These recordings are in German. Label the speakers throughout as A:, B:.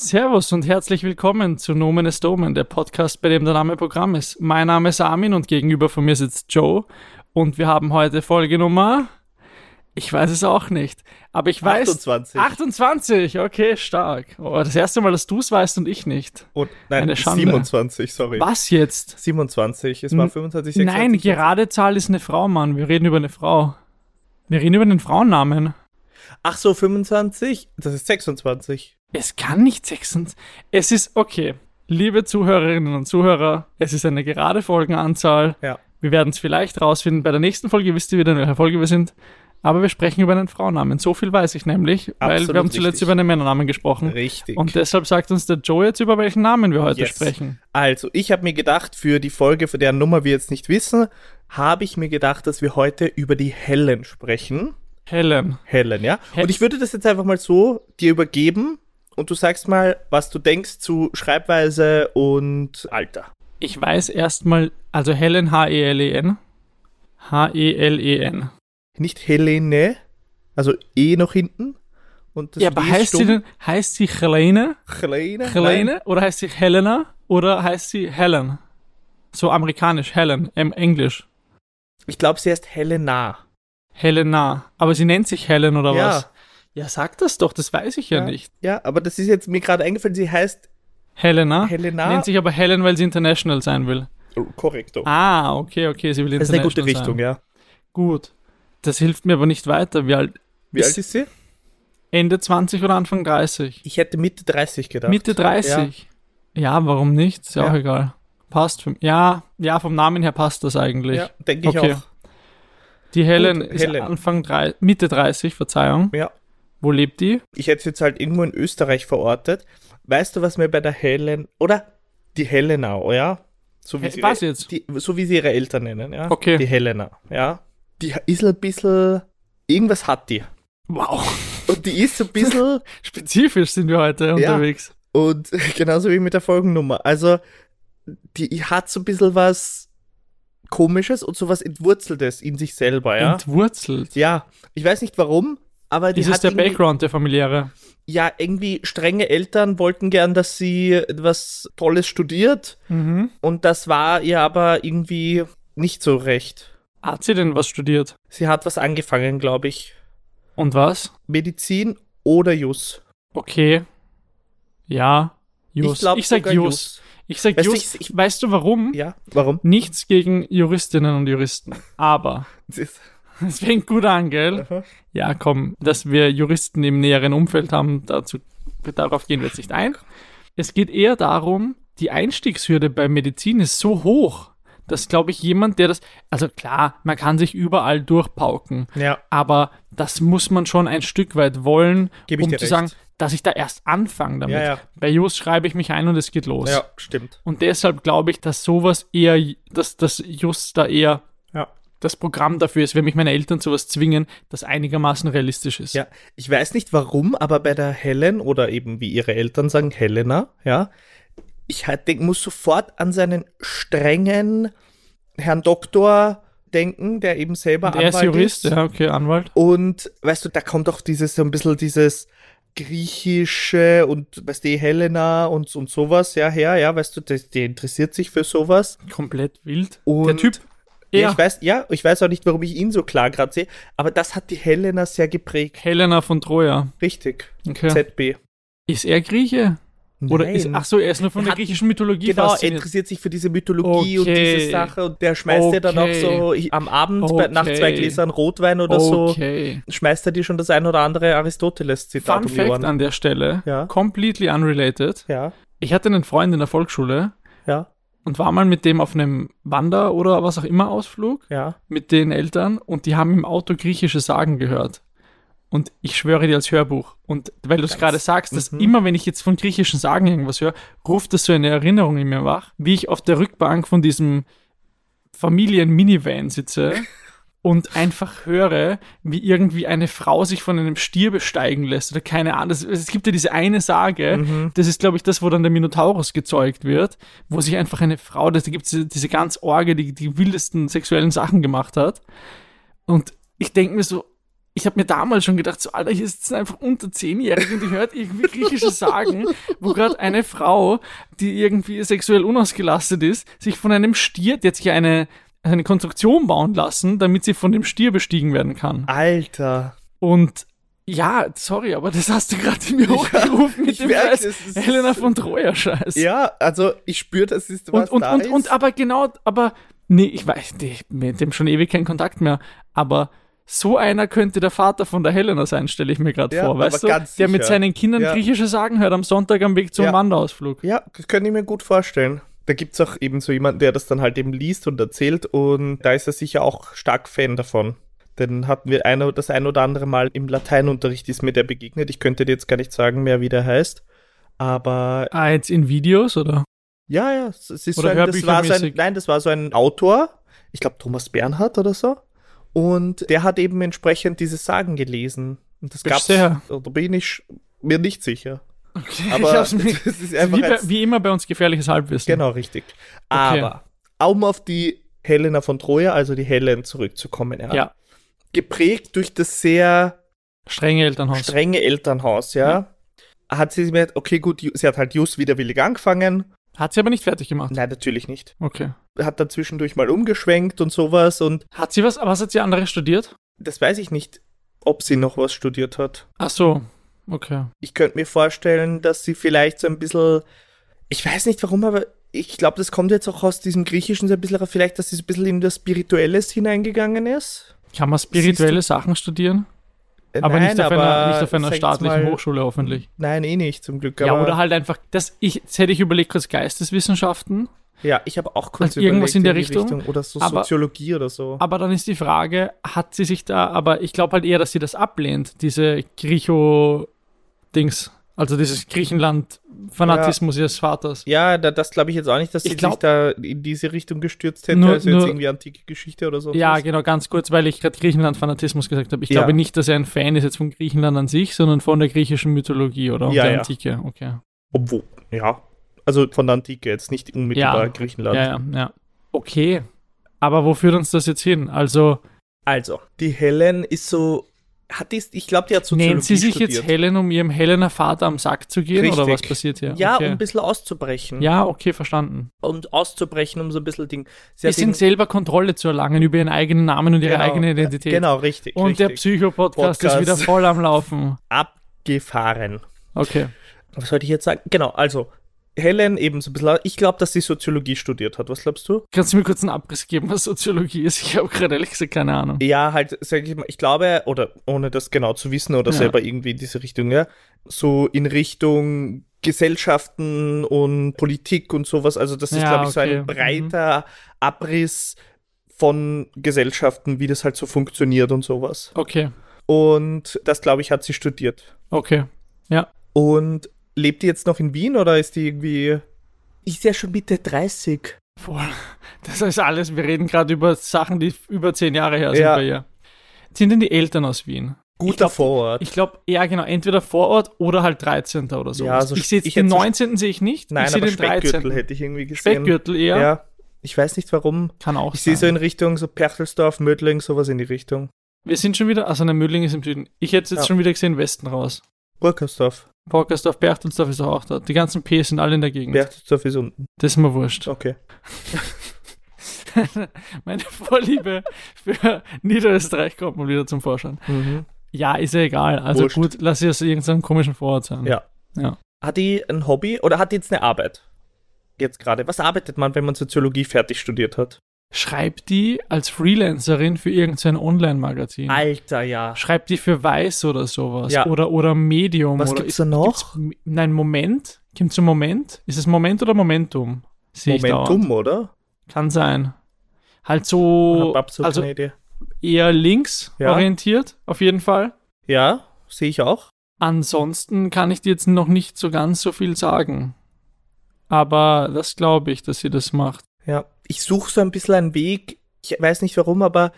A: Servus und herzlich willkommen zu Nomen est Domen, der Podcast, bei dem der Name Programm ist. Mein Name ist Armin und gegenüber von mir sitzt Joe und wir haben heute Folgenummer. Ich weiß es auch nicht, aber ich weiß
B: 28.
A: 28. Okay, stark. Oh, das erste Mal, dass du es weißt und ich nicht.
B: Und, nein,
A: Eine Schande.
B: 27, sorry.
A: Was jetzt?
B: 27, es war
A: N-
B: 25, 26.
A: Nein, gerade Zahl ist eine Frau, Mann. Wir reden über eine Frau. Wir reden über den Frauennamen.
B: Ach so, 25? Das ist 26.
A: Es kann nicht 26. Es ist okay. Liebe Zuhörerinnen und Zuhörer, es ist eine gerade Folgenanzahl.
B: Ja.
A: Wir werden es vielleicht rausfinden. Bei der nächsten Folge wisst ihr wieder, in welcher Folge wir sind. Aber wir sprechen über einen Frauennamen. So viel weiß ich nämlich, weil
B: Absolut
A: wir haben zuletzt
B: richtig.
A: über einen Männernamen gesprochen.
B: Richtig.
A: Und deshalb sagt uns der Joe jetzt, über welchen Namen wir heute
B: Yes.
A: sprechen.
B: Also, ich habe mir gedacht, für die Folge, für deren Nummer wir jetzt nicht wissen, habe ich mir gedacht, dass wir heute über die Helen sprechen.
A: Helen.
B: Helen, ja?
A: Hel-
B: und ich würde das jetzt einfach mal so dir übergeben und du sagst mal, was du denkst zu Schreibweise und Alter.
A: Ich weiß erstmal, also Helen H-E-L-E-N. E H-E-L-E-N.
B: Nicht Helene, also E noch hinten. Und das
A: Ja, aber
B: W ist
A: heißt sie
B: stumm.
A: denn, heißt sie Helene?
B: Helene?
A: Helene oder heißt sie Helena oder heißt sie Helen? So amerikanisch, Helen, im Englisch.
B: Ich glaube, sie heißt Helena.
A: Helena. Aber sie nennt sich Helen oder
B: Ja.
A: was? Ja, sag das doch, das weiß ich ja, nicht.
B: Ja, aber das ist jetzt mir gerade eingefallen, sie heißt
A: Helena.
B: Helena.
A: Nennt sich aber Helen, weil sie international sein will.
B: oh, korrekto.
A: Ah, okay, okay, sie will
B: das ist eine
A: international
B: gute
A: sein.
B: Richtung, ja.
A: Gut. Das hilft mir aber nicht weiter. Wie alt?
B: Wie
A: Ist-
B: alt ist sie?
A: Ende 20 oder Anfang 30?
B: Ich hätte Mitte 30 gedacht.
A: Mitte 30. Ja, warum nicht? Ist ja, auch
B: Ja.
A: egal. Passt für Ja, ja, vom Namen her passt das eigentlich.
B: Ja, denke ich
A: Okay.
B: auch.
A: Die Helen
B: Gut,
A: ist
B: Helen.
A: Anfang drei, Mitte 30, Verzeihung.
B: Ja.
A: Wo lebt die?
B: Ich hätte sie jetzt halt irgendwo in Österreich verortet. Weißt du, was mir bei der Helen oder die Helena, oh ja? So
A: Hä,
B: sie
A: was
B: ihre,
A: jetzt?
B: Die, so wie sie ihre Eltern nennen, ja?
A: Okay.
B: Die Helena, ja? Die ist ein bisschen irgendwas hat die.
A: Wow.
B: Und die ist so ein bisschen
A: Spezifisch sind wir heute unterwegs.
B: Und genauso wie mit der Folgennummer. Also, die hat so ein bisschen was Komisches und so was Entwurzeltes in sich selber, ja.
A: Entwurzelt.
B: ja, ich weiß nicht warum, aber die
A: Ist es
B: hat
A: der
B: irgendwie-
A: Background, der familiäre?
B: ja, irgendwie strenge Eltern wollten gern, dass sie was Tolles studiert
A: Mhm.
B: und das war ihr aber irgendwie nicht so recht.
A: Hat sie denn was studiert?
B: Sie hat was angefangen, glaube ich.
A: Und was?
B: Medizin oder Jus.
A: Okay. Ja. Jus. Ich,
B: glaub
A: sag
B: sogar
A: Jus. Ich sag
B: Weißt du,
A: Jus.
B: ich- ich-
A: weißt du warum?
B: Ja, warum?
A: Nichts gegen Juristinnen und Juristen. Aber
B: Das ist-
A: es fängt gut an, gell?
B: Aha.
A: Ja, komm, dass wir Juristen im näheren Umfeld haben, dazu, darauf gehen wir jetzt nicht ein. Es geht eher darum, die Einstiegshürde bei Medizin ist so hoch, dass, glaube ich, jemand, der das, also klar, man kann sich überall durchpauken,
B: Ja,
A: aber das muss man schon ein Stück weit wollen,
B: Geb ich
A: um
B: dir
A: zu
B: recht.
A: sagen, dass ich da erst anfange damit.
B: Ja, ja.
A: Bei Jus schreibe ich mich ein und es geht los.
B: ja, stimmt.
A: Und deshalb glaube ich, dass sowas eher, dass das Jus da eher
B: Ja.
A: das Programm dafür ist, wenn mich meine Eltern zu was zwingen, das einigermaßen realistisch ist.
B: Ja, ich weiß nicht warum, aber bei der Helen oder eben wie ihre Eltern sagen, Helena, ja, ich halt denk, muss sofort an seinen strengen Herrn Doktor denken, der eben selber
A: Und er ist Jurist, ja, okay, Anwalt.
B: Und weißt du, da kommt auch dieses so ein bisschen dieses griechische und weißt du, Helena und, und sowas, ja, her, ja, weißt du, der, der interessiert sich für sowas.
A: Komplett wild. Der
B: Und-
A: Typ.
B: Ja,
A: Er,
B: ich weiß, ja, ich weiß auch nicht, warum ich ihn so klar gerade sehe, aber das hat die Helena sehr geprägt.
A: Helena von Troja.
B: Richtig.
A: Okay.
B: ZB.
A: Ist er Grieche? Oder ist,
B: Nein.
A: ach so, er ist nur von
B: Er
A: der
B: hat-
A: griechischen Mythologie
B: Genau, er
A: fasziniert.
B: interessiert sich für diese Mythologie und
A: Okay.
B: diese Sache und der schmeißt dir dann auch
A: Okay.
B: so ich- am Abend bei, nach zwei
A: Okay.
B: Gläsern Rotwein oder
A: Okay.
B: so, schmeißt er dir schon das ein oder andere Aristoteles-Zitat
A: Fun
B: um die
A: Fact
B: Ohren.
A: an der Stelle.
B: Ja.
A: Completely unrelated.
B: Ja,
A: Ich hatte einen Freund in der Volksschule
B: ja,
A: und war mal mit dem auf einem Wander- oder was auch immer Ausflug.
B: ja.
A: mit den Eltern und die haben im Auto griechische Sagen gehört. Und ich schwöre dir als Hörbuch. Und weil du es gerade sagst, dass immer wenn ich jetzt von griechischen Sagen irgendwas höre, ruft das so eine Erinnerung in mir wach, wie ich auf der Rückbank von diesem Familien-Minivan sitze und einfach höre, wie irgendwie eine Frau sich von einem Stier besteigen lässt oder keine Ahnung. Es- Es gibt ja diese eine Sage, das ist, glaube ich, das, wo dann der Minotaurus gezeugt wird, wo sich einfach eine Frau, das- da gibt es diese, diese ganz Orge, die die wildesten sexuellen Sachen gemacht hat. Und ich denke mir so, ich habe mir damals schon gedacht, so Alter, hier sitzen einfach unter Zehnjährige und die hört irgendwie griechische Sagen, wo gerade eine Frau, die irgendwie sexuell unausgelastet ist, sich von einem Stier, die hat sich eine, also eine Konstruktion bauen lassen, damit sie von dem Stier bestiegen werden kann.
B: Alter.
A: Und ja, sorry, aber das hast du gerade in mir hochgerufen mit
B: ich
A: dem
B: merk,
A: Scheiß
B: das ist-
A: Helena von Troja-Scheiß.
B: Ja, also ich spüre, das ist was
A: und, und,
B: da
A: und,
B: ist.
A: und aber genau, aber nee, ich weiß, nee, ich hab mit dem schon ewig keinen Kontakt mehr, aber so einer könnte der Vater von der Helena sein, stelle ich mir gerade
B: Ja,
A: vor,
B: aber
A: weißt du? Der
B: ganz
A: mit
B: sicher.
A: seinen Kindern
B: Ja.
A: griechische Sagen hört am Sonntag am Weg zum
B: Ja.
A: Wanderausflug.
B: ja, das könnte ich mir gut vorstellen. Da gibt's auch eben so jemanden, der das dann halt eben liest und erzählt und da ist er sicher auch stark Fan davon. Denn hatten wir eine, das ein oder andere Mal im Lateinunterricht ist mir der begegnet. Ich könnte dir jetzt gar nicht sagen mehr, wie der heißt. Aber
A: Ah, jetzt in Videos, oder?
B: ja, ja, es es ist
A: Oder
B: so ein, das war so ein,
A: hörbüchermäßig.
B: nein, das war so ein Autor, ich glaube Thomas Bernhard oder so. Und der hat eben entsprechend diese Sagen gelesen. Und das gab's,
A: Verstehe.
B: da bin ich mir nicht sicher.
A: Okay,
B: Aber
A: ich hab's mir- Also
B: das ist einfach
A: wie, bei,
B: als-
A: wie immer bei uns gefährliches Halbwissen.
B: Genau, richtig. Aber um auf die Helena von Troja, also die Helen zurückzukommen, ja.
A: Ja.
B: Geprägt durch das sehr
A: Strenge Elternhaus.
B: strenge Elternhaus, ja. Hat sie mir, okay, gut, ju- sie hat halt just widerwillig angefangen.
A: Hat sie aber nicht fertig gemacht.
B: Nein, natürlich nicht.
A: Okay.
B: Hat dann zwischendurch mal umgeschwenkt und sowas und
A: Hat sie was, was hat sie anderes studiert?
B: das weiß ich nicht, ob sie noch was studiert hat.
A: Ach so, okay.
B: Ich könnte mir vorstellen, dass sie vielleicht so ein bisschen, ich weiß nicht warum, aber ich glaube, das kommt jetzt auch aus diesem Griechischen so ein bisschen, vielleicht, dass sie so ein bisschen in das Spirituelles hineingegangen ist.
A: Kann man spirituelle Sachen studieren?
B: Äh,
A: Aber,
B: nein,
A: nicht, auf einer, nicht auf einer
B: sag jetzt
A: staatlichen
B: mal-
A: Hochschule hoffentlich.
B: Nein, eh nicht, zum Glück.
A: Ja,
B: aber-
A: oder halt einfach, das, ich, jetzt hätte ich überlegt, kurz Geisteswissenschaften,
B: ja, ich habe auch kurz
A: Also irgendwas in der
B: die
A: Richtung,
B: Oder so
A: aber-
B: Soziologie oder so.
A: aber dann ist die Frage, hat sie sich da, aber ich glaube halt eher, dass sie das ablehnt, diese Griecho-Dings, also dieses Griechenland-Fanatismus ihres Vaters.
B: Ja, da, das glaube ich jetzt auch nicht, dass
A: Ich
B: sie sich
A: glaub-
B: da in diese Richtung gestürzt hätte,
A: Nur-
B: also jetzt
A: nur-
B: irgendwie antike Geschichte oder so.
A: Ja, genau, ganz kurz, weil ich gerade Griechenland-Fanatismus gesagt habe. Ich
B: Ja.
A: glaube nicht, dass er ein Fan ist jetzt von Griechenland an sich, sondern von der griechischen Mythologie oder und
B: Ja,
A: der
B: ja.
A: Antike. Okay.
B: Obwohl, ja. Also von der Antike jetzt, nicht unmittelbar
A: Ja.
B: Griechenland.
A: Ja, ja, ja. Okay. Aber wo führt uns das jetzt hin? Also,
B: Also, die Helen ist so, hat die, ich glaube, die hat Soziologie
A: nennt sie sich
B: studiert.
A: jetzt Helen, um ihrem Helener Vater am Sack zu gehen oder
B: Richtig.
A: was passiert hier?
B: Ja,
A: okay.
B: um ein bisschen auszubrechen.
A: Ja, okay, verstanden.
B: Und auszubrechen, um so ein bisschen Ding. Sie
A: Sie sind selber Kontrolle zu erlangen über ihren eigenen Namen und ihre eigene Identität.
B: Genau, richtig.
A: Und der
B: richtig.
A: Psycho-Podcast ist
B: Podcast.
A: wieder voll am Laufen.
B: Abgefahren.
A: Okay.
B: Was sollte ich jetzt sagen? Genau, also Helen eben so ein bisschen. Ich glaube, dass sie Soziologie studiert hat. Was glaubst du?
A: Kannst du mir kurz einen Abriss geben, was Soziologie ist? Ich habe gerade ehrlich gesagt keine Ahnung.
B: Ja, halt, sag ich mal, ich glaube, oder ohne das genau zu wissen oder
A: Ja.
B: selber irgendwie in diese Richtung, ja, so in Richtung Gesellschaften und Politik und sowas. Also, das ist,
A: Ja,
B: glaube ich, so
A: okay,
B: ein
A: mhm.
B: breiter Abriss von Gesellschaften, wie das halt so funktioniert und sowas.
A: Okay,
B: Und das, glaube ich, hat sie studiert.
A: okay.
B: Und lebt die jetzt noch in Wien oder ist die irgendwie. Ist ja schon Mitte 30.
A: Voll. Das ist alles. Wir reden gerade über Sachen, die über zehn Jahre her sind
B: Ja.
A: bei ihr. Sind denn die Eltern aus Wien?
B: Guter Vorort.
A: Ich glaube, ja genau, entweder Vorort oder halt 13. oder so.
B: Ja, so
A: ich sehe
B: ich
A: jetzt den
B: hätte so-
A: 19. sehe ich nicht.
B: Nein,
A: ich sehe
B: aber
A: den
B: Speckgürtel
A: 13.
B: hätte ich irgendwie gesehen.
A: Speckgürtel eher.
B: ja. Ich weiß nicht warum.
A: Kann auch
B: Ich sehe
A: sein.
B: so in Richtung, so Perchtelsdorf, Mödling, sowas in die Richtung.
A: Wir sind schon wieder, also ne, Mödling ist im Süden. Ich hätte jetzt
B: Ja.
A: schon wieder gesehen, Westen raus.
B: Burkersdorf.
A: Borkersdorf, Berchtesdorf ist doch auch da. Die ganzen P sind alle in der Gegend.
B: Berchtesdorf ist unten.
A: Das ist mir wurscht.
B: Okay.
A: Meine Vorliebe für Niederösterreich kommt mal wieder zum Vorschein.
B: Mhm.
A: Ja, ist ja egal. Also
B: Wurscht.
A: gut, lass sie aus irgendeinem komischen Vorort sein.
B: Ja.
A: Ja.
B: Hat die ein Hobby oder hat die jetzt eine Arbeit? Jetzt gerade. Was arbeitet man, wenn man Soziologie fertig studiert hat?
A: Schreibt die als Freelancerin für irgendein Online-Magazin.
B: Alter, ja.
A: Schreibt die für Weiß oder sowas.
B: Ja.
A: Oder, oder Medium.
B: Was
A: oder
B: gibt's da noch?
A: Gibt's, nein, Moment. Gibt's einen Moment? Ist es Moment oder Momentum? Sehe ich dauernd.
B: Momentum, oder?
A: Kann sein. Halt so,
B: Hab absolut
A: also
B: keine Idee.
A: eher links
B: Ja.
A: orientiert, auf jeden Fall.
B: Ja, sehe ich auch.
A: Ansonsten kann ich dir jetzt noch nicht so ganz so viel sagen. Aber das glaube ich, dass sie das macht.
B: Ja, ich suche so ein bisschen einen Weg. Ich weiß nicht warum, aber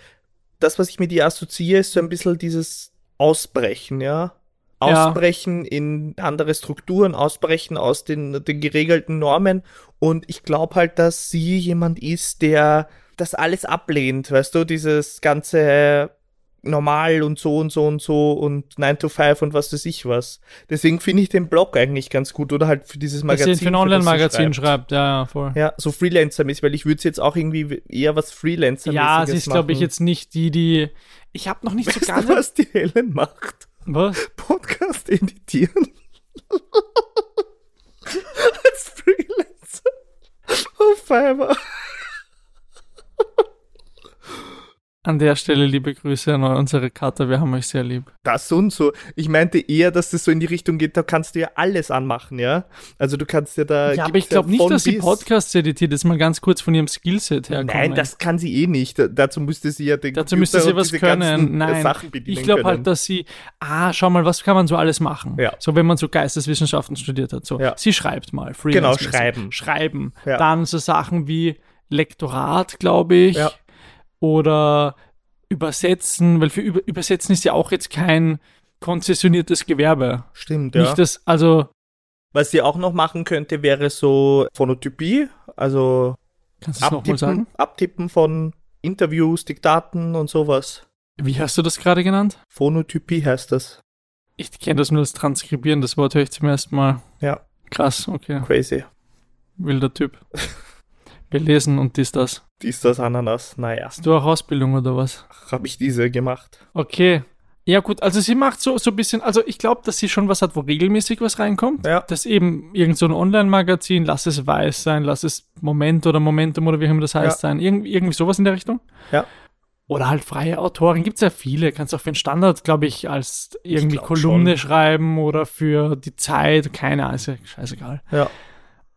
B: das, was ich mit ihr assoziiere, ist so ein bisschen dieses Ausbrechen, ja.
A: Ja.
B: Ausbrechen in andere Strukturen, ausbrechen aus den, den geregelten Normen. Und ich glaube halt, dass sie jemand ist, der das alles ablehnt, weißt du, dieses ganze normal und so und so und so und 9 to 5 und was weiß ich was. Deswegen finde ich den Blog eigentlich ganz gut oder halt für dieses
A: Dass
B: Magazin.
A: ihr für ein
B: das sie
A: Online-Magazin schreibt. Ja, ja, voll.
B: Ja, so Freelancer-mäßig, weil ich würde jetzt auch irgendwie eher was Freelancer-mäßiges
A: Ja, sie ist, glaube ich,
B: machen.
A: jetzt nicht die, die. Ich habe noch nicht so
B: Weißt
A: ganz.
B: du, was die Helen macht?
A: Was?
B: Podcast editieren. Als Freelancer. Auf Fiverr.
A: An der Stelle liebe Grüße an unsere Kater, wir haben euch sehr lieb.
B: Das und so. Ich meinte eher, dass das so in die Richtung geht, da kannst du ja alles anmachen, ja? Also du kannst ja da.
A: Ja, aber
B: gibt's
A: ich glaube nicht,
B: von
A: dass sie
B: bis.
A: Podcasts editiert. Jetzt mal ganz kurz von ihrem Skillset herkommen.
B: Nein, das kann sie eh nicht. Da- Dazu müsste sie ja den
A: Dazu müsste
B: Computer
A: sie
B: und
A: was
B: diese
A: können.
B: ganzen, äh,
A: Nein,
B: Sachen bedienen
A: ich glaube
B: können.
A: halt, dass sie, ah, schau mal, was kann man so alles machen?
B: Ja.
A: So, wenn man so Geisteswissenschaften studiert hat. So,
B: Ja.
A: sie schreibt mal.
B: Genau,
A: freelance-mäßig.
B: schreiben.
A: Schreiben.
B: Ja.
A: Dann so Sachen wie Lektorat, glaube ich.
B: Ja.
A: Oder Übersetzen, weil für Über Übersetzen ist ja auch jetzt kein konzessioniertes Gewerbe.
B: Stimmt, ja.
A: Nicht das, also,
B: Was sie auch noch machen könnte, wäre so Phonotypie, also
A: kannst du es nochmal
B: abtippen,
A: sagen?
B: abtippen von Interviews, Diktaten und sowas.
A: Wie hast du das gerade genannt?
B: Phonotypie heißt das.
A: Ich kenne das nur als Transkribieren, das Wort höre ich zum ersten Mal.
B: Ja.
A: Krass, okay.
B: Crazy.
A: Wilder Typ. Wir lesen und dies, das.
B: Dies, das, Ananas. Naja,
A: Hast du auch Ausbildung oder was?
B: habe ich diese gemacht.
A: Okay. Ja gut, also sie macht so, so ein bisschen, also ich glaube, dass sie schon was hat, wo regelmäßig was reinkommt.
B: Ja.
A: Das eben irgend so ein Online-Magazin, lass es weiß sein, lass es Moment oder Momentum oder wie auch immer das heißt sein. Irgend, irgendwie sowas in der Richtung.
B: Ja.
A: Oder halt freie Autoren, gibt es ja viele. Kannst auch für den Standard, glaube ich, als irgendwie
B: glaub
A: Kolumne
B: schon.
A: schreiben oder für die Zeit, keine Ahnung, ist ja scheißegal.
B: Ja.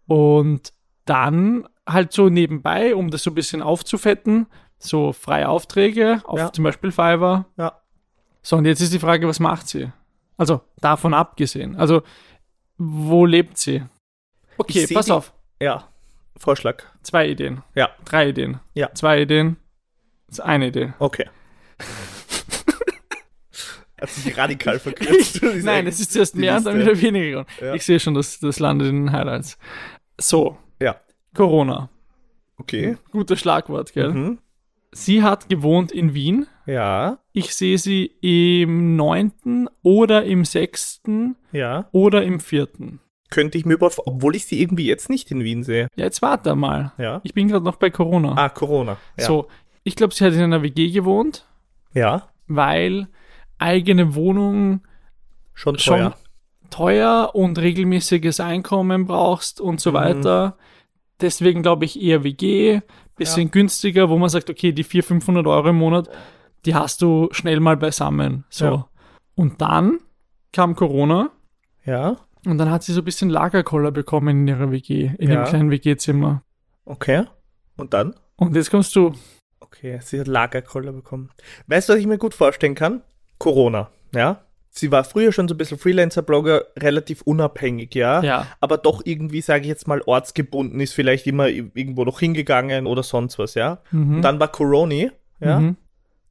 A: Und dann halt so nebenbei, um das so ein bisschen aufzufetten, so freie Aufträge auf
B: Ja.
A: zum Beispiel Fiverr.
B: Ja.
A: So, und jetzt ist die Frage, was macht sie? Also, davon abgesehen. Also, wo lebt sie? Okay,
B: Ich seh
A: pass
B: die-
A: auf.
B: Ja, Vorschlag.
A: Zwei Ideen.
B: Ja.
A: Drei Ideen.
B: Ja.
A: Zwei Ideen. Das ist eine Idee.
B: Okay. Hat sich radikal verkürzt.
A: Nein, es ist zuerst
B: die
A: mehr und dann
B: Liste.
A: wieder weniger geworden.
B: Ja.
A: Ich sehe schon, das, das landet in den Highlights. So,
B: Ja,
A: Corona.
B: okay.
A: Gutes Schlagwort, gell?
B: Mhm.
A: Sie hat gewohnt in Wien.
B: Ja,
A: Ich sehe sie im 9. oder im 6.
B: ja.
A: oder im 4.
B: Könnte ich mir überhaupt, obwohl ich sie irgendwie jetzt nicht in Wien sehe.
A: Ja, jetzt warte mal.
B: Ja.
A: Ich bin gerade noch bei Corona.
B: Ah, Corona. Ja.
A: So, ich glaube, sie hat in einer WG gewohnt,
B: Ja,
A: weil eigene Wohnung
B: schon
A: schon
B: teuer.
A: teuer und regelmäßiges Einkommen brauchst und so
B: Mhm.
A: weiter. Deswegen glaube ich eher WG, bisschen günstiger, wo man sagt, okay, die 400, 500 Euro im Monat, die hast du schnell mal beisammen. So.
B: Ja.
A: Und dann kam Corona
B: Ja,
A: und dann hat sie so ein bisschen Lagerkoller bekommen in ihrer WG, in
B: Ja.
A: dem kleinen WG-Zimmer.
B: okay. Und dann?
A: Und jetzt kommst du.
B: Okay, sie hat Lagerkoller bekommen. Weißt du, was ich mir gut vorstellen kann? Corona, ja? Sie war früher schon so ein bisschen Freelancer-Blogger, relativ unabhängig, ja?
A: Ja.
B: Aber doch irgendwie, sage ich jetzt mal, ortsgebunden ist vielleicht immer i- irgendwo noch hingegangen oder sonst was, ja?
A: Mhm.
B: Und dann war Coroni, ja?
A: Mhm.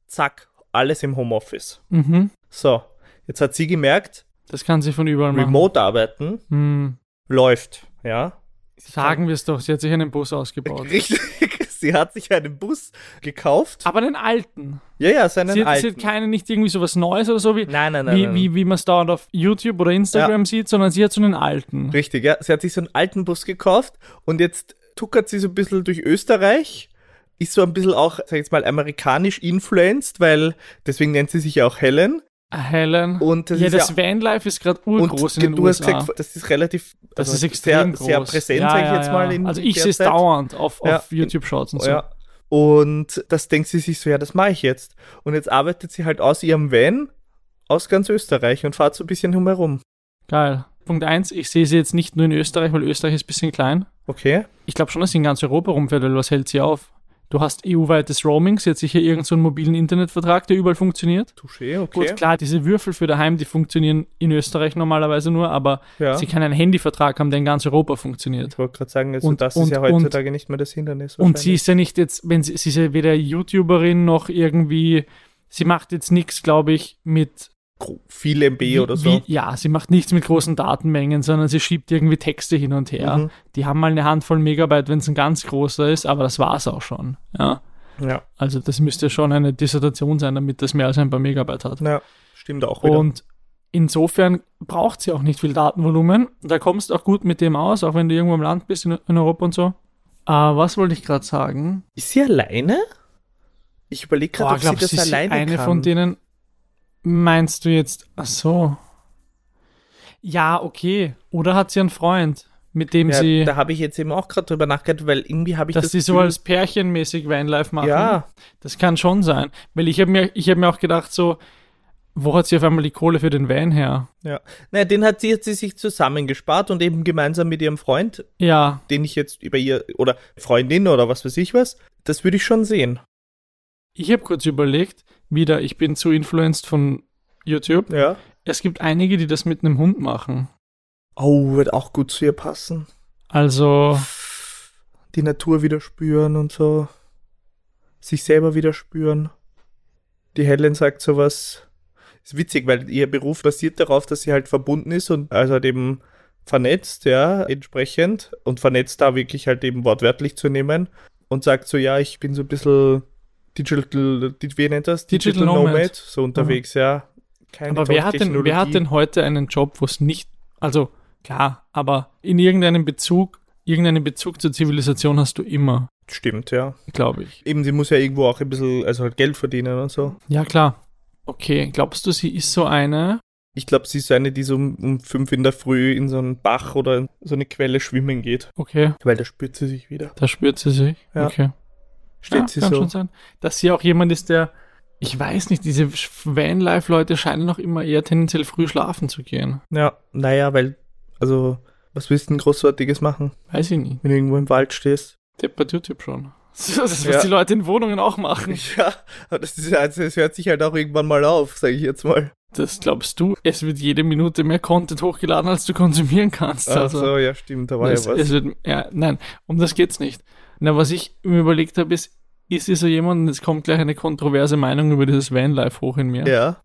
B: Zack, alles im Homeoffice.
A: Mhm.
B: So, jetzt hat sie gemerkt,
A: Das kann sie von überall machen.
B: Remote arbeiten
A: Hm.
B: läuft, ja?
A: Sagen wir es doch, sie hat sich einen Bus ausgebaut.
B: Richtig, sie hat sich einen Bus gekauft.
A: Aber den alten.
B: Ja, ja, seinen
A: Sie, sie
B: alten.
A: hat keine, nicht irgendwie sowas Neues oder so, wie,
B: Nein, nein, nein,
A: wie,
B: nein.
A: wie, wie man es dauernd auf YouTube oder Instagram sieht, sondern sie hat so einen alten.
B: Richtig, ja. Sie hat sich so einen alten Bus gekauft und jetzt tuckert sie so ein bisschen durch Österreich. Ist so ein bisschen auch, sag ich jetzt mal, amerikanisch influenced, weil deswegen nennt sie sich ja auch Helen.
A: Ah, Helen.
B: Und das
A: ja,
B: ist
A: das
B: ja.
A: Vanlife ist gerade
B: Und
A: urgroß in den
B: du hast
A: USA.
B: gesagt, das ist relativ,
A: das
B: also
A: ist extrem
B: sehr,
A: groß.
B: sehr präsent,
A: ja,
B: sag ich
A: ja,
B: jetzt
A: ja.
B: mal. In
A: Also ich
B: der
A: sehe es
B: Zeit.
A: dauernd auf,
B: Ja.
A: auf YouTube-Shorts und so.
B: Ja. Und das denkt sie sich so, ja, das mache ich jetzt. Und jetzt arbeitet sie halt aus ihrem Van aus ganz Österreich und fährt so ein bisschen drumherum.
A: Geil. Punkt eins: ich sehe sie jetzt nicht nur in Österreich, weil Österreich ist ein bisschen klein.
B: Okay?
A: Ich glaube schon, dass sie in ganz Europa rumfährt, weil was hält sie auf? Du hast EU-weites Roaming, sie hat sicher irgendeinen so einen mobilen Internetvertrag, der überall funktioniert.
B: Touché, okay.
A: Gut, klar, diese Würfel für daheim, die funktionieren in Österreich normalerweise nur, aber
B: Ja.
A: sie kann einen Handyvertrag haben, der in ganz Europa funktioniert.
B: Ich wollte gerade sagen, also
A: Und-
B: das
A: und-
B: ist ja heutzutage nicht mehr das Hindernis.
A: Und sie ist ja nicht jetzt, wenn sie, sie ist ja weder YouTuberin noch irgendwie, sie macht jetzt nichts, glaube ich, mit.
B: wahrscheinlich. viel MB oder so.
A: Wie, ja, sie macht nichts mit großen Datenmengen, sondern sie schiebt irgendwie Texte hin und her.
B: Mhm.
A: Die haben mal eine Handvoll Megabyte, wenn es ein ganz großer ist, aber das war's auch schon. Ja.
B: Ja,
A: Also das müsste schon eine Dissertation sein, damit das mehr als ein paar Megabyte hat.
B: ja stimmt auch wieder.
A: Und insofern braucht sie auch nicht viel Datenvolumen. Da kommst du auch gut mit dem aus, auch wenn du irgendwo im Land bist, in, in Europa und so. Ah, was wollte ich gerade sagen?
B: ist sie alleine? Ich überlege gerade,
A: Boah,
B: ob
A: glaub,
B: sie das
A: ist
B: alleine
A: eine
B: kann.
A: von denen. Meinst du jetzt? Ach so. Ja, okay. Oder hat sie einen Freund, mit dem
B: ja,
A: sie,
B: da habe ich jetzt eben auch gerade drüber nachgedacht, weil irgendwie habe ich
A: dass
B: das
A: die so
B: Gefühl-
A: als Pärchenmäßig Vanlife machen?
B: Ja,
A: Das kann schon sein. Weil ich habe mir, ich hab mir auch gedacht, so, wo hat sie auf einmal die Kohle für den Van her?
B: ja. Naja, den hat sie, hat sie sich zusammengespart und eben gemeinsam mit ihrem Freund,
A: Ja,
B: den ich jetzt über ihr, oder Freundin oder was weiß ich was, das würde ich schon sehen.
A: ich habe kurz überlegt, wieder, ich bin zu influenced von YouTube.
B: Ja.
A: Es gibt einige, die das mit einem Hund machen.
B: Oh, wird auch gut zu ihr passen.
A: Also,
B: Die Natur wieder spüren und so. Sich selber wieder spüren. Die Helen sagt sowas. Ist witzig, weil ihr Beruf basiert darauf, dass sie halt verbunden ist und also halt eben vernetzt, ja, entsprechend. Und vernetzt da wirklich halt eben wortwörtlich zu nehmen. Und sagt so, ja, ich bin so ein bisschen Digital, di- wie nennt das?
A: Digital Nomad.
B: so unterwegs, ja. Keine
A: aber wer hat, denn, wer hat
B: Top-Technologie.
A: denn heute einen Job, wo es nicht, also klar, aber in irgendeinem Bezug, irgendeinen Bezug zur Zivilisation hast du immer,
B: Stimmt, ja.
A: glaube ich.
B: Eben, sie muss ja irgendwo auch ein bisschen, also halt Geld verdienen und so.
A: Ja, klar. Okay, glaubst du, sie ist so eine?
B: Ich glaube, sie ist so eine, die so um, um fünf in der Früh in so einen Bach oder in so eine Quelle schwimmen geht.
A: Okay,
B: Weil da spürt sie sich wieder.
A: da spürt sie sich.
B: Ja.
A: Okay.
B: Steht
A: Ja,
B: sie
A: kann
B: so.
A: schon sein. Dass sie auch jemand ist, der, ich weiß nicht, diese Vanlife-Leute scheinen noch immer eher tendenziell früh schlafen zu gehen.
B: Ja, naja, weil, also, was willst du denn Großartiges machen,
A: Weiß ich nicht.
B: wenn du irgendwo im Wald stehst?
A: Deppert YouTube schon. Das ist, was
B: Ja.
A: die Leute in Wohnungen auch machen.
B: Ja, aber das, ist, also, das hört sich halt auch irgendwann mal auf, sage ich jetzt mal.
A: Das glaubst du? Es wird jede Minute mehr Content hochgeladen, als du konsumieren kannst.
B: Also,
A: Also,
B: so, ja, stimmt, da war
A: es,
B: ja was.
A: es wird, ja, nein, um das geht's nicht. Na, was ich mir überlegt habe, ist, ist sie so jemand, und es kommt gleich eine kontroverse Meinung über dieses Vanlife hoch in mir.
B: ja,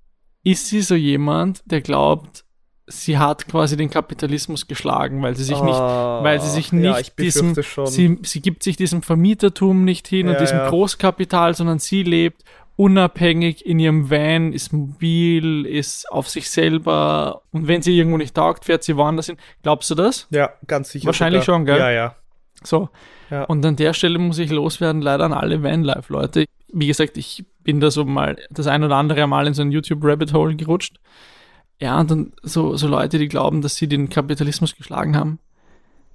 A: ist sie so jemand, der glaubt, sie hat quasi den Kapitalismus geschlagen, weil sie sich nicht, weil sie sich nicht
B: ich befürchte
A: diesem-
B: Ah, schon.
A: sie, sie gibt sich diesem Vermietertum nicht hin
B: Ja,
A: und diesem
B: ja.
A: Großkapital, sondern sie lebt unabhängig in ihrem Van, ist mobil, ist auf sich selber und wenn sie irgendwo nicht taugt, fährt sie woanders hin. Glaubst du das?
B: ja, ganz sicher.
A: Wahrscheinlich
B: sogar.
A: schon, gell?
B: Ja, ja.
A: So.
B: Ja.
A: Und an der Stelle muss ich loswerden, leider an alle Vanlife-Leute. Wie gesagt, ich bin da so mal das ein oder andere Mal in so ein YouTube-Rabbit-Hole gerutscht. Ja, und dann so, so Leute, die glauben, dass sie den Kapitalismus geschlagen haben.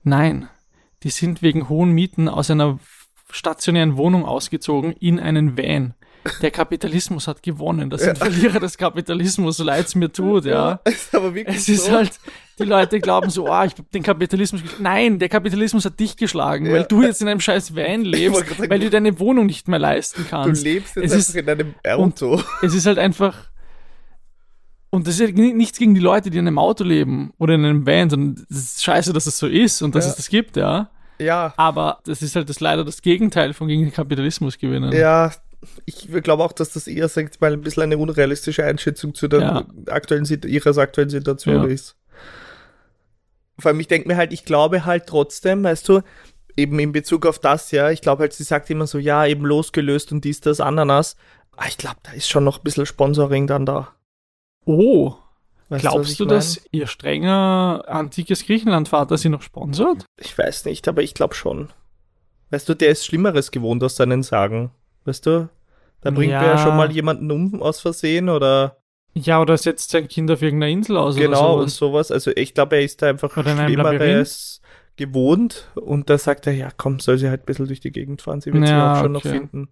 A: Nein, die sind wegen hohen Mieten aus einer stationären Wohnung ausgezogen in einen Van. Der Kapitalismus hat gewonnen. Das sind Verlierer des Kapitalismus, so leid es mir tut, ja.
B: Ist aber wirklich
A: Es ist
B: so.
A: halt, die Leute glauben so, ah, ich hab den Kapitalismus geschlagen. Nein, der Kapitalismus hat dich geschlagen, weil du jetzt in einem scheiß Van
B: wollte gerade
A: lebst,
B: sagen,
A: weil du deine Wohnung nicht mehr leisten
B: Du
A: kannst.
B: lebst jetzt
A: es
B: einfach
A: ist,
B: in einem Auto.
A: es ist halt einfach. Und das ist ja ni- nichts gegen die Leute, die in einem Auto leben oder in einem Van, sondern es ist scheiße, dass es so ist und dass
B: Ja.
A: es das gibt, ja.
B: ja,
A: Aber das ist halt das leider das Gegenteil von gegen den Kapitalismus gewinnen.
B: ja. Ich glaube auch, dass das eher, sag ich mal, ein bisschen eine unrealistische Einschätzung zu der
A: Ja.
B: aktuellen Sit- ihrer aktuellen Situation
A: Ja.
B: ist. Vor allem, ich denke mir halt, ich glaube halt trotzdem, weißt du, eben in Bezug auf das, ja, ich glaube halt, sie sagt immer so, ja, eben losgelöst und dies, das, Ananas. Aber ich glaube, da ist schon noch ein bisschen Sponsoring dann da.
A: Oh,
B: Weißt was ich
A: glaubst du,
B: mein?
A: dass ihr strenger antikes Griechenlandvater sie noch sponsert?
B: Ich weiß nicht, aber ich glaube schon. Weißt du, der ist Schlimmeres gewohnt aus seinen Sagen. Weißt du? Da bringt
A: Ja.
B: er ja schon mal jemanden um aus Versehen oder
A: Ja, oder setzt sein Kind auf irgendeiner Insel aus
B: genau
A: oder
B: und
A: sowas.
B: sowas. Also ich glaube, er ist da einfach
A: Oder in einem
B: Schlimmeres gewohnt und da sagt er, ja komm, soll sie halt ein bisschen durch die Gegend fahren, sie
A: Ja,
B: wird sie auch schon
A: okay.
B: noch finden.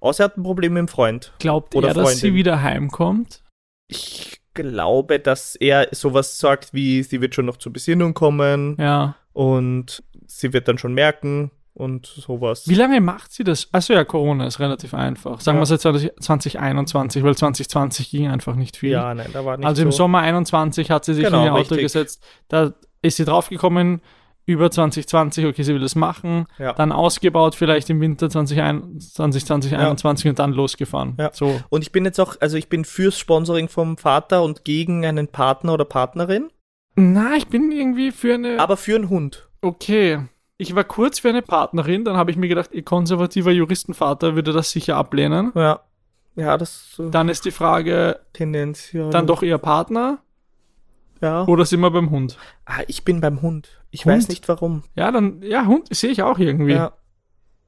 B: Außer er hat ein Problem mit dem Freund.
A: Glaubt
B: Oder
A: er, dass sie
B: Freundin.
A: wieder heimkommt?
B: Ich glaube, dass er sowas sagt wie, sie wird schon noch zur Besinnung kommen
A: Ja.
B: und sie wird dann schon merken und sowas.
A: Wie lange macht sie das? Also ja, Corona ist relativ einfach. Sagen
B: Ja.
A: wir seit 20 2021, weil 2020 ging einfach nicht viel.
B: ja, nein, da war nicht
A: also
B: so.
A: im Sommer 21 hat sie sich
B: Genau,
A: in ihr Auto
B: richtig.
A: gesetzt. Da ist sie draufgekommen, über 2020, okay, sie will das machen.
B: Ja.
A: Dann ausgebaut vielleicht im Winter 2021 2021 und dann losgefahren.
B: Ja.
A: So.
B: Und ich bin jetzt auch, also ich bin fürs Sponsoring vom Vater und gegen einen Partner oder Partnerin,
A: Na, ich bin irgendwie für eine...
B: aber für einen Hund.
A: Okay. Ich war kurz für eine Partnerin, dann habe ich mir gedacht, ihr konservativer Juristenvater würde das sicher ablehnen.
B: Ja. Ja, das so
A: Dann ist die Frage,
B: Tendenz. Ja,
A: dann doch eher Partner
B: Ja.
A: oder sind wir beim Hund?
B: Ah, ich bin beim Hund. Ich
A: Hund?
B: weiß nicht warum.
A: Ja, dann, ja, Hund sehe ich auch irgendwie. Ja.
B: Ja.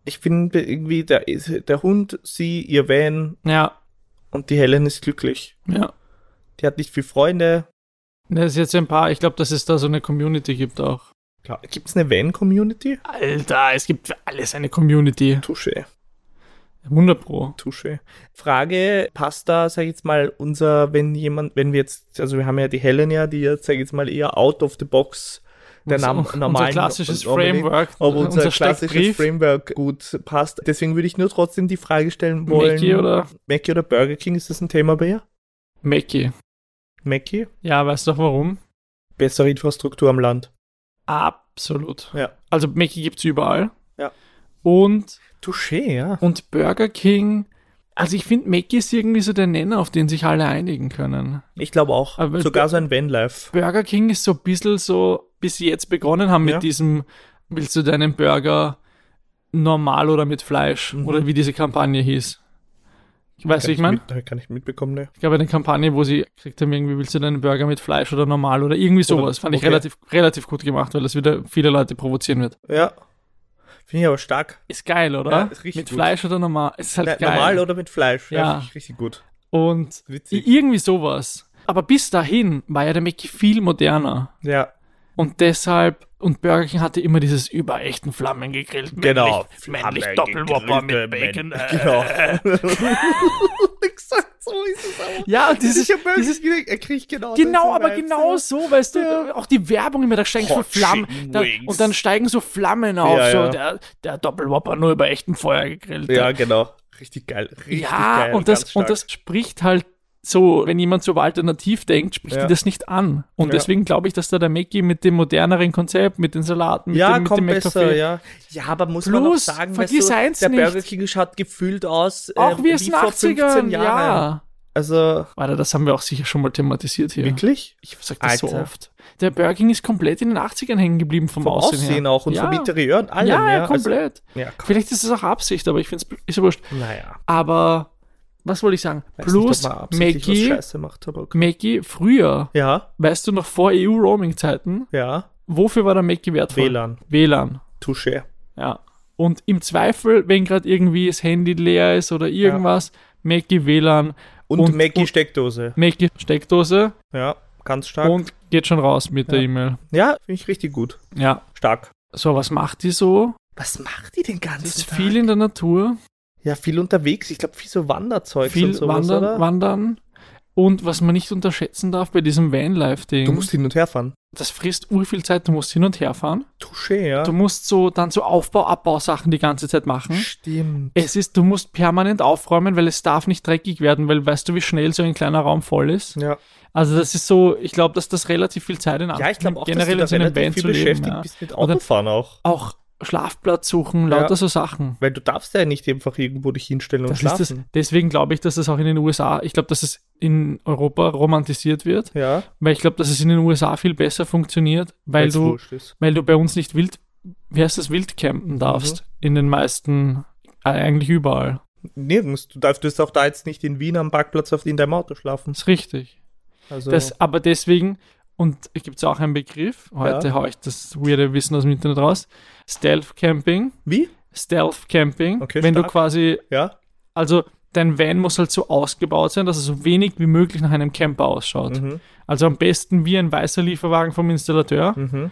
B: Ich bin be- irgendwie der, der Hund, sie, ihr Van
A: ja.
B: und die Helen ist glücklich. Die hat nicht viel Freunde.
A: Das ist jetzt ein paar, ich glaube, dass es da so eine Community gibt auch.
B: Gibt es eine Van-Community?
A: Alter, es gibt für alles eine Community.
B: Touché,
A: 100 Pro.
B: touché. Frage, passt da, sag ich jetzt mal, unser, wenn jemand, wenn wir jetzt, also wir haben ja die Helen ja, die jetzt, sag ich jetzt mal, eher out of the box, der Nam
A: unser,
B: normalen...
A: unser klassisches
B: und- und-
A: Framework,
B: Ob unser, klassisches
A: Steckbrief,
B: Framework gut passt. Deswegen würde ich nur trotzdem die Frage stellen wollen.
A: Mackie oder
B: Mackie oder Burger King, ist das ein Thema bei ihr?
A: Mackie.
B: Mackie?
A: Ja, weißt du auch warum?
B: Bessere Infrastruktur am Land.
A: Absolut.
B: Ja.
A: Also Mackie gibt's überall.
B: Ja.
A: Und,
B: Touché, ja.
A: und Burger King. Also ich finde, Mackie ist irgendwie so der Nenner, auf den sich alle einigen können.
B: Ich glaube auch.
A: Aber-
B: Sogar so ein Vanlife.
A: Burger King ist so ein bisschen so, bis sie jetzt begonnen haben mit
B: Ja.
A: diesem, willst du deinen Burger normal oder mit Fleisch?
B: Mhm.
A: Oder wie diese Kampagne hieß. Weißt du, wie ich meine?
B: Mit, kann ich mitbekommen, ne?
A: Ich glaube, eine Kampagne, wo sie gekriegt haben, irgendwie willst du deinen Burger mit Fleisch oder normal oder irgendwie sowas. Fand ich
B: okay.
A: relativ, relativ gut gemacht, weil das wieder viele Leute provozieren wird.
B: Ja. Finde ich aber stark.
A: Ist geil, oder?
B: Ja, ist richtig
A: mit
B: gut.
A: Fleisch oder normal? Ist halt
B: Na,
A: geil.
B: normal oder mit Fleisch?
A: Ja.
B: finde ich richtig gut.
A: Und
B: Witzig.
A: i- irgendwie sowas. Aber bis dahin war ja der Mickey viel moderner.
B: ja.
A: Und deshalb, und Burger King hatte immer dieses über echten Flammen gegrillt. Männlich,
B: Genau.
A: Männlich
B: Flammen
A: Doppelwopper
B: gegrillte
A: mit Bacon.
B: Männ-
A: Äh.
B: Genau. Exakt so ist es aber.
A: Ja, und dieses,
B: Burger
A: dieses
B: King, er kriegt genau
A: Genau,
B: das
A: aber
B: Vibes,
A: genau
B: ja.
A: so, weißt du,
B: Ja.
A: auch die Werbung immer, da steigen so
B: Hot
A: Flammen
B: Chicken
A: da,
B: Wings.
A: und dann steigen so Flammen auf,
B: Ja,
A: so
B: ja.
A: der, der Doppelwopper nur über echtem Feuer gegrillt.
B: Ja, genau. Richtig geil. Richtig
A: ja
B: geil.
A: und, das,
B: ganz
A: und das spricht halt so, wenn jemand so alternativ denkt, spricht
B: Ja.
A: die das nicht an. Und
B: Ja.
A: deswegen glaube ich, dass da der Mackie mit dem moderneren Konzept, mit den Salaten, mit
B: ja,
A: dem, mit
B: kommt
A: dem
B: besser, ja. Ja, aber muss man auch
A: Plus,
B: sagen,
A: vergiss eins
B: der
A: nicht.
B: Burger King schaut gefühlt aus
A: Auch
B: ähm,
A: Äh, wie es in den 80ern,
B: Jahren.
A: ja.
B: Also,
A: Warte, das haben wir auch sicher schon mal thematisiert hier.
B: wirklich?
A: Ich sag das so
B: Alter.
A: oft. Der Burger King ist komplett in den 80ern hängen geblieben vom,
B: Vom
A: Aussehen,
B: Aussehen,
A: her.
B: auch und
A: ja.
B: vom Interieur und allem.
A: Ja, ja,
B: also,
A: komplett.
B: ja komm,
A: Vielleicht ist es auch Absicht, aber ich finde es ist ja wurscht.
B: naja.
A: Aber was wollte ich sagen?
B: Weiß
A: Plus
B: nicht, ob man absichtlich was
A: Maggie,
B: Scheiße macht, aber okay.
A: Maggie früher,
B: Ja,
A: weißt du noch vor EU-Roaming-Zeiten,
B: ja.
A: wofür war der Maggie wertvoll?
B: WLAN.
A: WLAN,
B: Touché.
A: ja. Und im Zweifel, wenn gerade irgendwie das Handy leer ist oder irgendwas, Maggie WLAN
B: Und,
A: Und-
B: Maggie
A: und-
B: Steckdose.
A: Maggie Steckdose
B: Ja, ganz stark.
A: und geht schon raus mit der
B: Ja.
A: E-Mail.
B: ja, finde ich richtig gut.
A: Ja.
B: Stark.
A: So, was macht die so?
B: Was macht die denn ganz
A: Die ist viel in der Natur.
B: Ja, viel unterwegs. Ich glaube, viel so Wanderzeug und
A: viel
B: sowas,
A: wandern,
B: oder?
A: wandern. Und was man nicht unterschätzen darf bei diesem
B: Du
A: Vanlife-Ding,
B: musst hin und her fahren.
A: das frisst ur viel Zeit, du musst hin und her fahren.
B: Touché, ja.
A: Du musst so dann so Aufbau, Abbausachen die ganze Zeit machen.
B: Stimmt.
A: Es ist, du musst permanent aufräumen, weil es darf nicht dreckig werden, weil weißt du, wie schnell so ein kleiner Raum voll ist.
B: Ja,
A: Also das ist so, ich glaube, dass das relativ viel Zeit in
B: ja ich glaube auch,
A: generell
B: dass du
A: in
B: da
A: so einem
B: relativ
A: Van
B: viel
A: zu leben.
B: beschäftigt
A: Ja.
B: bist mit
A: Und dann-
B: Autofahren auch.
A: Auch Schlafplatz suchen,
B: Ja.
A: lauter so Sachen.
B: Weil du darfst ja nicht einfach irgendwo dich hinstellen und
A: Das ist
B: schlafen.
A: das, deswegen glaube ich, dass das auch in den USA, ich glaube, dass es in Europa romantisiert wird.
B: ja,
A: Weil ich glaube, dass es in den USA viel besser funktioniert, weil
B: weil's
A: du,
B: wurscht ist.
A: weil du bei uns nicht wild, wie heißt das, wild campen
B: Mhm.
A: darfst. In den meisten, äh, eigentlich überall.
B: Nirgends. Du darfst auch da jetzt nicht in Wien am Parkplatz auf, in deinem Auto schlafen.
A: Das ist richtig.
B: Also,
A: Das, aber deswegen, und gibt es auch einen Begriff, heute
B: Ja.
A: haue ich das weirde Wissen aus dem Internet raus, Stealth Camping.
B: wie?
A: Stealth Camping,
B: Okay,
A: wenn du
B: stark.
A: quasi,
B: Ja.
A: also dein Van muss halt so ausgebaut sein, dass er so wenig wie möglich nach einem Camper ausschaut.
B: Mhm.
A: Also am besten wie ein weißer Lieferwagen vom Installateur.
B: Mhm.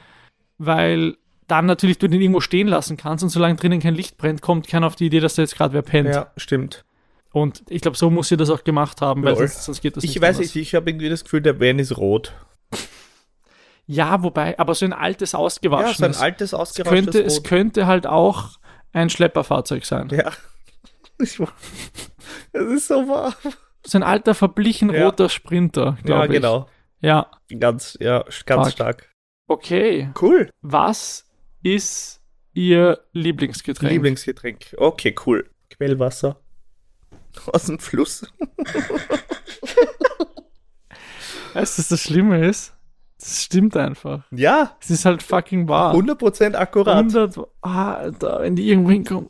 A: weil dann natürlich du den irgendwo stehen lassen kannst und solange drinnen kein Licht brennt, kommt keiner auf die Idee, dass da jetzt gerade wer pennt.
B: Ja, stimmt.
A: Und ich glaube, so muss sie das auch gemacht haben, weil
B: Lol.
A: sonst, sonst geht das
B: Ich
A: nicht.
B: weiß
A: anders.
B: nicht, ich habe irgendwie das Gefühl, der Van ist rot.
A: Ja, wobei, aber so ein altes
B: Ja, so ein
A: ausgewaschenes.
B: altes,
A: es,
B: ausgeraschtes
A: könnte, es
B: Rot.
A: könnte halt auch ein Schlepperfahrzeug sein.
B: Ja. Ich war- Das ist so wahr.
A: So ein alter, verblichen
B: Ja.
A: roter Sprinter, glaube
B: Ja,
A: ich.
B: genau.
A: Ja,
B: Ganz, ja, ganz
A: Fuck.
B: stark.
A: okay.
B: Cool.
A: Was ist Ihr Lieblingsgetränk?
B: Lieblingsgetränk. Okay, cool. Quellwasser. Aus dem Fluss.
A: Weißt du, was das Schlimme ist? Das stimmt einfach.
B: Ja,
A: Es ist halt fucking wahr.
B: 100% akkurat.
A: 100, ah, Alter, wenn die irgendwo hinkommen.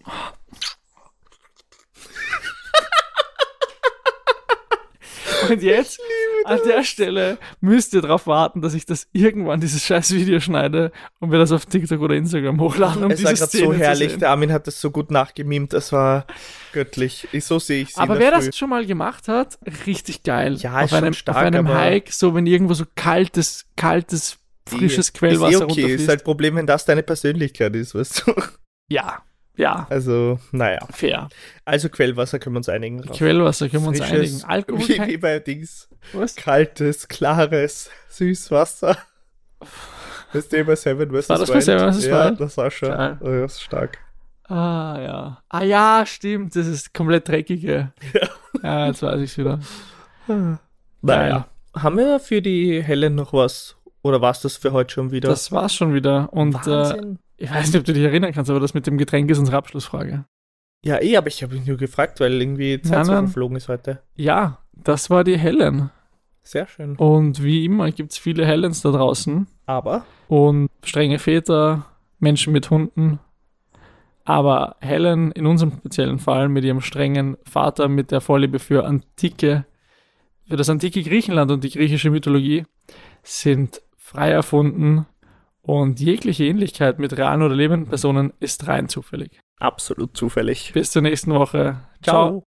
A: Und jetzt, an der Stelle, müsst ihr darauf warten, dass ich das irgendwann, dieses scheiß Video schneide und wir das auf TikTok oder Instagram hochladen, um
B: es war
A: diese
B: gerade
A: Szene
B: so
A: zu
B: herrlich.
A: sehen.
B: Der Armin hat das so gut nachgemimt. Das war göttlich. Ich, so sehe ich es.
A: Aber wer das schon mal gemacht hat, richtig geil.
B: Ja, ist
A: auf
B: schon
A: einem,
B: stark,
A: auf einem
B: aber-
A: Hike, so wenn irgendwo so kaltes, kaltes, frisches Quellwasser
B: ist eh okay.
A: runterfließt.
B: Ist halt Problem, wenn das deine Persönlichkeit ist, weißt du.
A: ja, ja,
B: Also, naja.
A: fair.
B: Also Quellwasser können wir uns einigen. drauf.
A: Quellwasser können wir uns
B: Frisches,
A: einigen. Alkohol,
B: wie,
A: kein-
B: wie bei Dings.
A: was?
B: Kaltes, klares, Süßwasser. Das Thema Seven vs.
A: War das bei Seven vs.
B: Ja,
A: Wild?
B: das war schon
A: Geil.
B: oh, das ist stark.
A: Ah, ja. Ah, ja, stimmt. Das ist komplett dreckige. Ja, jetzt weiß ich's wieder.
B: Naja. Haben wir für die Helen noch was? Oder war es das für heute schon wieder?
A: Das war's schon wieder. Und äh,
B: Wahnsinn.
A: ich weiß nicht, ob du dich erinnern kannst, aber das mit dem Getränk ist unsere Abschlussfrage.
B: Ja, eh, aber ich habe mich nur gefragt, weil irgendwie Zeit
A: Nein,
B: so
A: nein.
B: verflogen ist heute.
A: Ja, das war die Helen.
B: Sehr schön.
A: Und wie immer gibt's viele Helens da draußen.
B: Aber
A: Und strenge Väter, Menschen mit Hunden. Aber Helen in unserem speziellen Fall mit ihrem strengen Vater, mit der Vorliebe für Antike, für das antike Griechenland und die griechische Mythologie, sind frei erfunden und jegliche Ähnlichkeit mit realen oder lebenden Personen ist rein zufällig.
B: absolut zufällig.
A: Bis zur nächsten Woche.
B: Ciao.